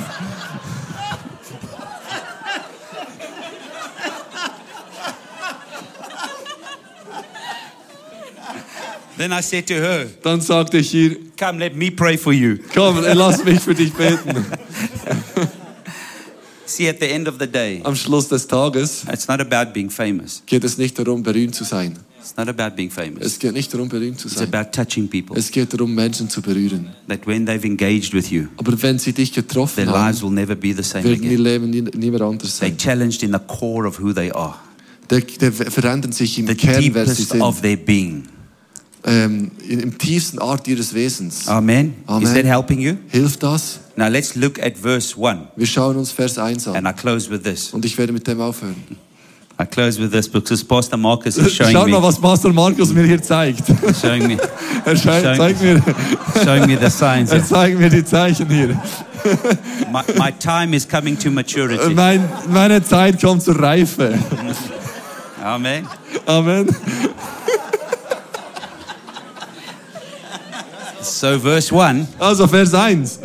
Then I said to her, Dann sagte ich ihr, Come, let me pray for you. komm, lass mich für dich beten. See, at the end of the day, Am Schluss des Tages it's not about being famous. geht es nicht darum, berühmt zu sein. It's not about being famous. Es geht nicht darum, berühmt zu It's sein. about touching people. Es geht darum, Menschen zu berühren. That when they've engaged with you, Aber wenn sie dich their getroffen lives haben, will never be the same werden ihr again. Leben nie, nie mehr anders They're sein. challenged in the core of who they are, Der, der verändern sich im the Kern, wer sie deepest of sind. their being. Ähm, in- Im tiefsten Art ihres Wesens. Amen. Is Amen. that helping you? Hilft das? Now let's look at verse 1. Wir schauen uns Vers 1 an. And I close with this. Und ich werde mit dem aufhören. I close with this because Pastor Marcus is Schau showing mal, me, was Pastor Markus mir hier zeigt. showing me, Er schei- Schau- zeigt mir, showing me the signs. [LAUGHS] er zeigt mir die Zeichen hier. My, my time is coming to Äh, maturity. Mein, meine Zeit kommt zur Reife. Amen. Amen. So, verse 1, Also Vers 1.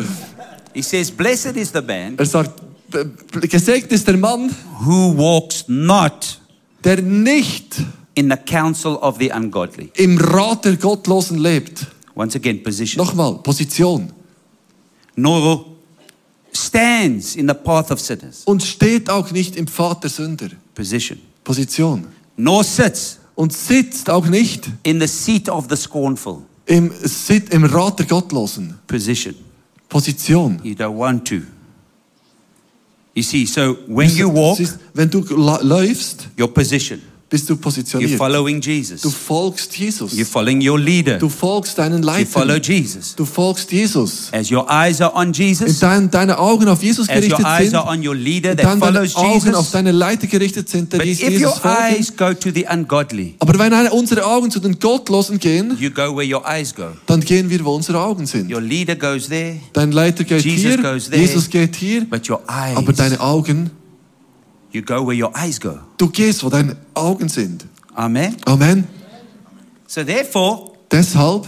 he says, Blessed is the man Er sagt, b- b- gesegnet ist der Mann, who walks not der nicht in the counsel of the ungodly. im Rat der Gottlosen lebt. Once again, position. Nochmal, Position. Nor stands in the path of sinners. Und steht auch nicht im Pfad der Sünder. Position. Position. Nor sits Und sitzt auch nicht in the seat of the scornful. im, Sit- im Rat der Gottlosen. Position. Position. You don't want to. You see, so when you walk, Siehst, wenn du la- läufst, your position. bist du You're positioniert. following Du Jesus. folgst Jesus. You're following your leader. Du folgst deinen You follow Leiter. Jesus. Du folgst Jesus. As your eyes are on Wenn Jesus, dein, deine Augen auf Jesus as gerichtet your eyes sind, are on your leader und that dann deine follows Augen auf Jesus, deine Leiter gerichtet sind, der but dies- if your Jesus folgen. eyes go to the ungodly, Aber wenn eine, unsere Augen zu den Gottlosen gehen, you go where your eyes go. dann gehen wir, wo unsere Augen sind. Your leader goes there, Dein Leiter geht Jesus hier, goes there. Jesus geht hier, but your eyes, aber deine Augen, you go where your eyes go. du gehst, wo deine Augen sind. Amen. Amen. So therefore, Deshalb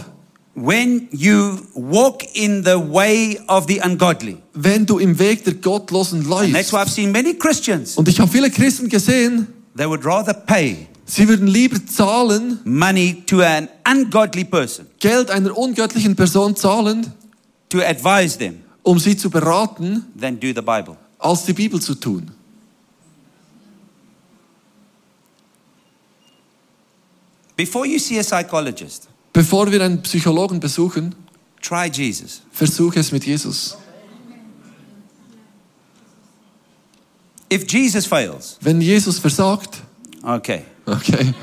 When you walk in the way of the ungodly, Wenn du im Weg der Gottlosen and that's läufst, why I've seen many Christians, und ich habe viele Christen gesehen, they would rather pay sie würden lieber zahlen, money to an ungodly person Geld einer ungöttlichen Person zahlen, to advise them um sie zu beraten, than do the Bible. als die Bibel zu tun. Before you see a psychologist, Bevor wir einen Psychologen besuchen, try Jesus. versuche es mit Jesus. If Jesus fails, Wenn Jesus versagt, [LAUGHS] okay. okay,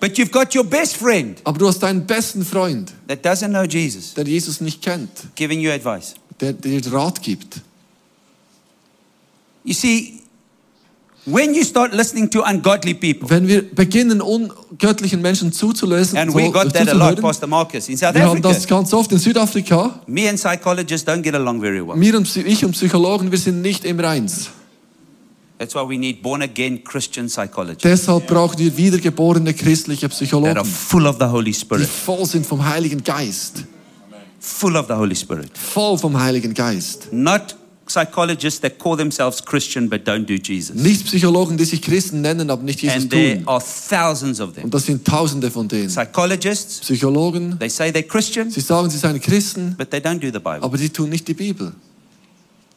But you've got your best friend aber du hast deinen besten Freund, that doesn't know Jesus der Jesus nicht kennt, giving you advice. der dir Rat gibt. You see, when you start listening to ungodly people, Wenn wir beginnen, ungöttlichen Menschen zuzulösen, and zu- we got that a lot, zuzuhören, Pastor Marcus, in South wir haben das Africa, ganz oft in Südafrika. me and psychologists don't get along very well. Mir und Psy- ich und Psychologen, wir sind nicht im Reins. That's why we need born again Christian psychologists Deshalb brauchen wir wiedergeborene christliche that are Psychologen, full of the Holy die Spirit. voll sind vom Heiligen Geist. Full of the Holy Spirit. Voll vom Heiligen Geist. Not psychologists that call themselves Christian but don't do Jesus. Nicht Psychologen, die sich Christen nennen, aber nicht Jesus And there tun. are thousands of them. Und das sind Tausende von denen. Psychologists, Psychologen, they say they're Christian, sie sagen, sie seien Christen, but they don't do the Bible. aber sie tun nicht die Bibel.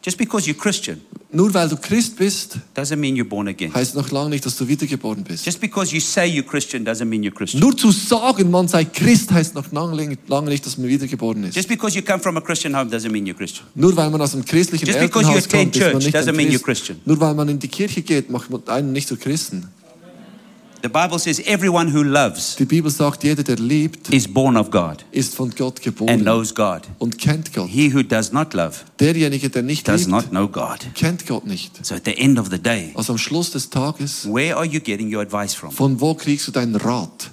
Just because you're Christian Nur weil du Christ bist, doesn't mean you're born again. heißt noch lange nicht, dass du wiedergeboren bist. Just because you say you're Christian doesn't mean you're Christian. Nur zu sagen, man sei Christ, heißt noch lange, lange nicht, dass man wiedergeboren ist. Just because you come from a Christian home doesn't mean you're Christian. Nur weil man aus einem christlichen Just because you Elternhaus attend kommt, ist man church nicht doesn't ein mean you're Christ. Christian. Nur weil man in die Kirche geht, macht man einen nicht zu Christen. The Bible says everyone who loves Die Bibel sagt, jeder, der liebt, is born of God ist von Gott and geboren knows God. und kennt Gott. He who does not love Derjenige, der nicht does liebt, not know God. kennt Gott nicht. So at the end of the day, Also am Schluss des Tages, where are you getting your advice from? von wo kriegst du deinen Rat?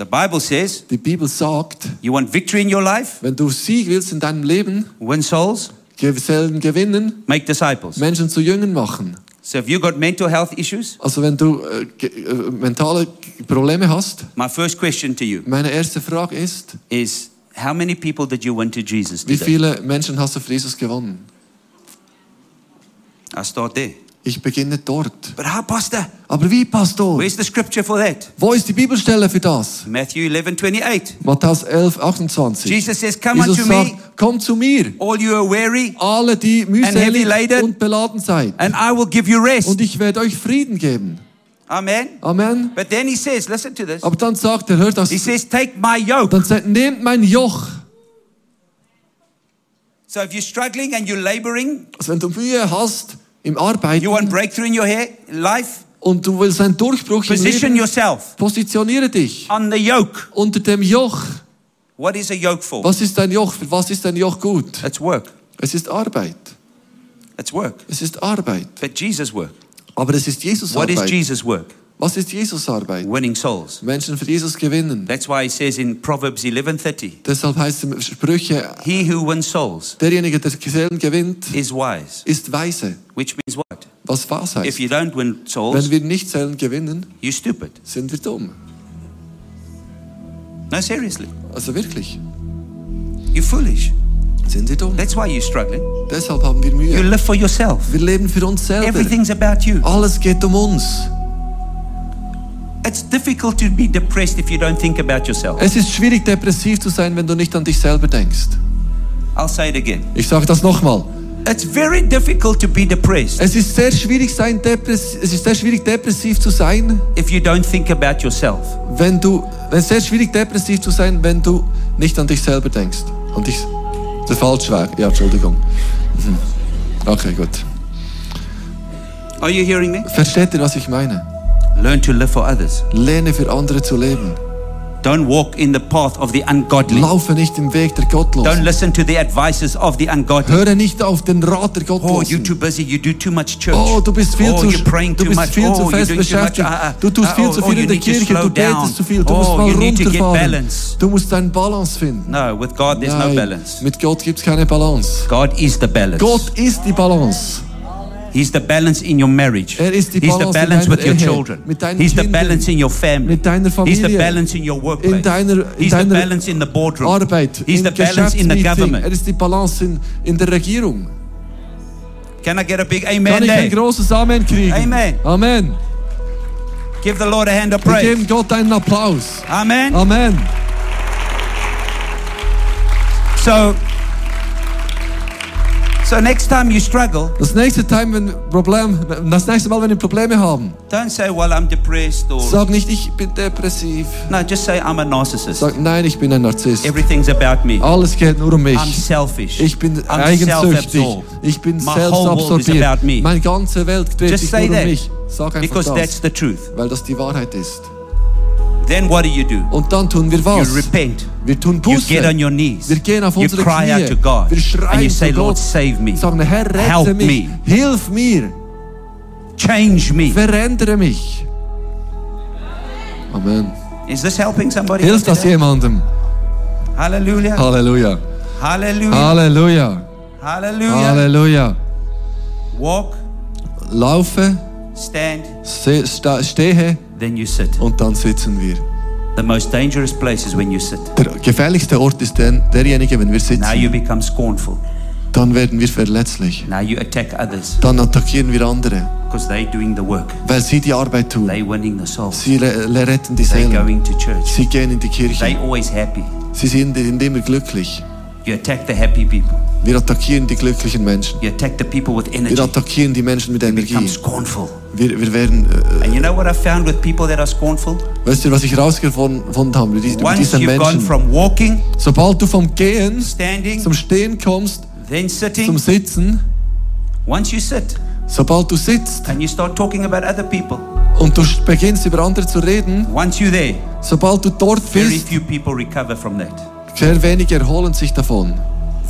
The Bible says Die Bibel sagt, you want victory in your life, wenn du Sieg willst in deinem Leben, win souls, Gesellen gewinnen, make disciples. Menschen zu Jüngern machen. So if you got mental health issues, Also wenn du äh, ge- äh, mentale Probleme hast, my first question to you meine erste Frage ist, is how many people did you win to Jesus wie today? viele Menschen hast du für Jesus gewonnen? I start there. Ich beginne dort. But how, Pastor? Aber wie, Pastor? Where's the scripture for that? Wo ist die Bibelstelle für das? Matthew 11, 28. Matthäus 11, 28. Jesus says, "Come Jesus unto sagt, me." komm zu mir, All you are weary, alle, die heavy mühselig laden. und beladen seid. and I will give you Und rest. ich werde euch Frieden geben. Amen. Amen. But then he says, listen to this. Aber dann sagt er, hört das. He says, take my yoke. Dann sagt, nehmt mein Joch. So if you're struggling and you're laboring, Also wenn du Mühe hast im Arbeiten you want breakthrough in your hair, life, und du willst einen Durchbruch im position Leben, yourself positioniere dich on the yoke. unter dem Joch. What is a yoke for? Was ist dein Joch? Für was ist dein Joch gut? It's work. Es ist Arbeit. It's work. Es ist Arbeit. But Jesus' work. Aber es ist Jesus What is Arbeit. Jesus' work? Was ist Jesus Arbeit? Winning souls. Menschen für Jesus gewinnen. That's why he says in Proverbs 11:30, Deshalb heißt es im Sprüche, he who wins souls derjenige, der Gesellen gewinnt, is wise, ist weise. which means what? Was wahr If heißt. you don't win Wenn souls, wir nicht Zellen gewinnen, you're stupid. sind wir dumm. No, seriously. Also wirklich, You're foolish. sind wir dumm. That's why you're struggling. Deshalb haben wir You Mühe. live for yourself. Wir leben für uns selber. Everything's about you. Alles geht um uns. It's difficult to be depressed if you don't think about yourself. Es ist schwierig, depressiv zu sein, wenn du nicht an dich selber denkst. I'll say it again. Ich sage das nochmal. It's very difficult to be depressed Es ist, sehr schwierig sein, depress es ist sehr schwierig, depressiv zu sein, if you don't think about yourself. wenn du... Es ist sehr schwierig, depressiv zu sein, wenn du nicht an dich selber denkst. An dich... Der Falschweg. Ja, Entschuldigung. Mhm. Okay, gut. Are you hearing me? Versteht ihr, was ich meine? Learn to live for others. Lerne für andere zu leben. Don't walk in the path of the ungodly. Laufe nicht im Weg der Don't Gottlosen. listen to the advices of the ungodly. Höre nicht auf den Rat der Oh, you're too Gottlosen. busy. You do too much church. Oh, du bist viel oh, zu, you're praying du too bist much. viel zu oh, you're doing fest too much. beschäftigt. Ah, ah. Du tust Ah, viel oh, zu oh, viel you in der need to Kirche. slow Du down. betest zu viel. Du musst oh, mal you need to get runterfahren. balance. Du musst deinen Balance finden. No, with God there's no Nein, balance. mit Gott gibt es keine Balance. God is the balance. Gott ist die Balance. He's the balance in your marriage. Er ist die He's the Balance in balance deiner with your Ehe, children. mit deinen He's the Kindern, balance in your family. mit deiner He's the Familie, balance in your workplace. in deiner- in He's the deiner balance in the boardroom. Arbeit, He's the im balance in the Geschäftsmeeting. Er government. ist die Balance in, in der Regierung. Can I get a big Kann amen ich ein there? großes Amen kriegen? Amen. Amen. Give the Lord a hand of Wir praise. geben Gott einen Applaus. Amen. Amen. So, so next time you struggle, Das nächste, Time, wenn Problem, das nächste Mal, wenn wir Probleme haben, don't say, "Well, I'm depressed," or sag nicht, ich bin depressiv. no, just say, "I'm a narcissist. Sag, nein, ich bin ein Narzisst. Everything's about me. Alles geht nur um I'm mich. selfish. Ich bin I'm eigensüchtig. self-absorbed. Ich bin My whole world is selbstabsorbiert. about me. Meine ganze Welt dreht Just sich nur say um that. mich. Sag einfach Because that's das, the truth. weil das die Wahrheit ist. Then what do you do? Und dann tun wir You was? repent. Wir tun You Buße. get on your knees. Wir gehen auf you unsere cry out to God. Knie. Wir And you schreien say, zu Lord, Gott. save me. Sagen, Herr, rette Help mich. me. Hilf mir. Change me. Verändere mich. Amen. Is this helping somebody? Hilft das today? jemandem? Hallelujah. Halleluja. Hallelujah. Halleluja. Hallelujah. Halleluja. Walk, Laufe, stand, se- sta- stehe then you sit. und dann sitzen wir. The most dangerous place is when you sit. Der gefährlichste Ort ist der, derjenige, wenn wir Now you sitzen. become scornful. Dann werden wir verletzlich. Now you attack others Dann attackieren wir andere, because they're doing the work. weil sie die Arbeit tun. They're winning the soul. Sie le- le- retten die They're Seelen. going to church. Sie gehen in die They Kirche. always happy. Sie sind in dem glücklich. You attack the happy people. Wir attackieren die glücklichen Menschen. You attack the people with Wir energy. attackieren die Menschen mit Become Energie. scornful. Wir, wir werden, äh, And you know what I found with people that are scornful? weißt du, was ich rausgefunden habe mit diesen, mit Once diesen you've gone Menschen? from walking, Sobald du vom Gehen standing, zum Stehen kommst, then zum sitting, Sitzen, once you sit sobald du sitzt and you start talking about other people, und du beginnst über andere zu reden, once you're there, sobald du dort very bist, few people recover from that. Sehr wenige erholen sich davon.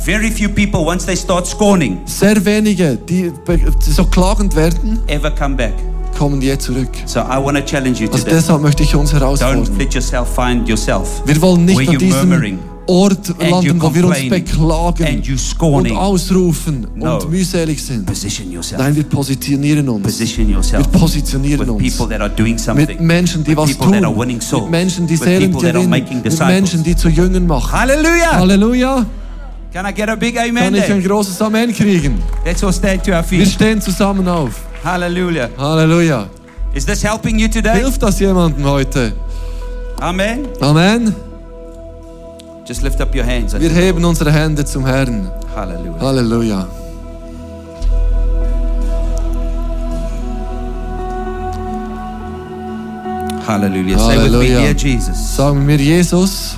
Very few people, once they start scorning, Sehr wenige, die be- so klagend werden, ever come back. kommen je zurück. So I want to challenge you Also today. deshalb möchte ich uns Don't herausfordern. let yourself find yourself Wir wollen where nicht an you're murmuring. diesem Ort and landen, you're wo wir uns complaining beklagen and you're und scorning. ausrufen No. und mühselig sind. Position yourself. Nein, wir positionieren uns. Position yourself Wir positionieren with uns. people that are doing Mit something. Menschen, die with was people tun. that are winning souls. Mit Menschen, die with Seelen people that are gewinnen. making Mit disciples. Menschen, die zu Jüngern machen. Hallelujah! Halleluja! Can I get a big amen? Kann ich there? ein großes Amen kriegen? Let's all stand to our Wir feet. stehen zusammen auf. Hallelujah. Halleluja! Is this helping you today? Hilft das jemandem heute? Amen. Amen. Just lift up your hands. Wir heben unsere Hände zum Herrn. Hallelujah. Halleluja. Hallelujah. Say with me, Hallelujah. dear Jesus, Sag mir, Jesus,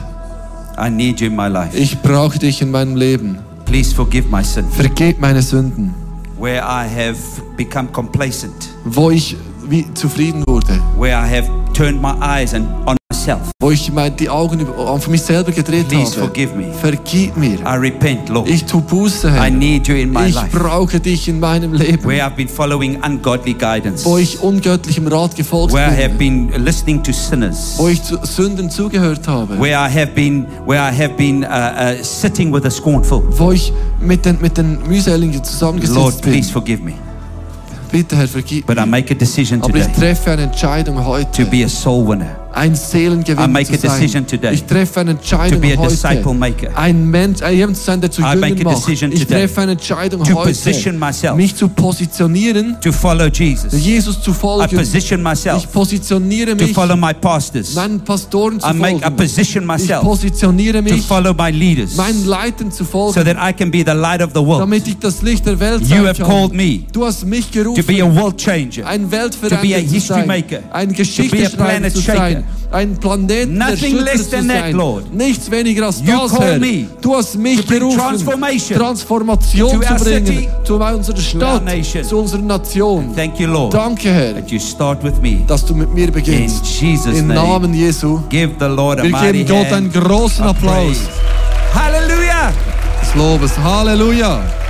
I need you in my life. ich brauche dich in meinem Leben. Please forgive my sin. Vergeb meine Sünden, Where I have become complacent, wo ich wie zufrieden wurde, where I have turned my eyes and on myself. wo ich mein, die Augen über- auf mich selber gedreht Please habe. forgive me. Vergib mir. I repent, Lord. Ich tu Buße, I Herr. need you in my Ich life. brauche dich in meinem Leben, Where I've been following ungodly guidance. wo ich ungöttlichem Rat gefolgt Where I have bin, been listening to sinners. wo ich zu Sünden zugehört habe, Where I have been, where I have been uh, uh, sitting with the scornful. wo ich mit den, mit den Mühseligen Lord, zusammengesetzt please bin. forgive me. Bitte, Herr, vergib But I make a decision Aber ich today treffe eine Entscheidung to heute, be a soul winner. ein I Seelengewinner make zu a decision sein. today Ich treffe eine to Entscheidung be a disciple heute, maker. ein Mensch, ein jemand zu sein, der zu I make Jüngern a macht. decision Ich today treffe eine Entscheidung to position heute, myself. mich zu positionieren, To follow Jesus. Jesus zu I folgen. position myself Ich positioniere to mich, follow my pastors. meinen Pastoren zu I make I folgen. position Ich myself positioniere to mich, follow my leaders meinen Leitern zu so folgen, that I can be the light of the world. damit ich das Licht der Welt You sein have called kann. me Du hast mich to be a gerufen, world changer. ein to be a Weltveränderer zu history sein, maker, to ein be a Geschichteschreiber planet zu sein, ein Nothing Planetenschützer less zu than that, sein. Lord. Nichts weniger als You das, call Herr. me Du hast mich to bring berufen, transformation to Transformation zu our bringen, city, zu unserer Stadt, nation. zu unserer Nation. Thank you, Lord, Danke, Herr, that you start with me. dass du mit mir In beginnst. Jesus' Im name, Namen Jesu. give the Lord a Wir mighty geben Gott hand einen großen of Applaus praise. Hallelujah! des Lobes. Halleluja.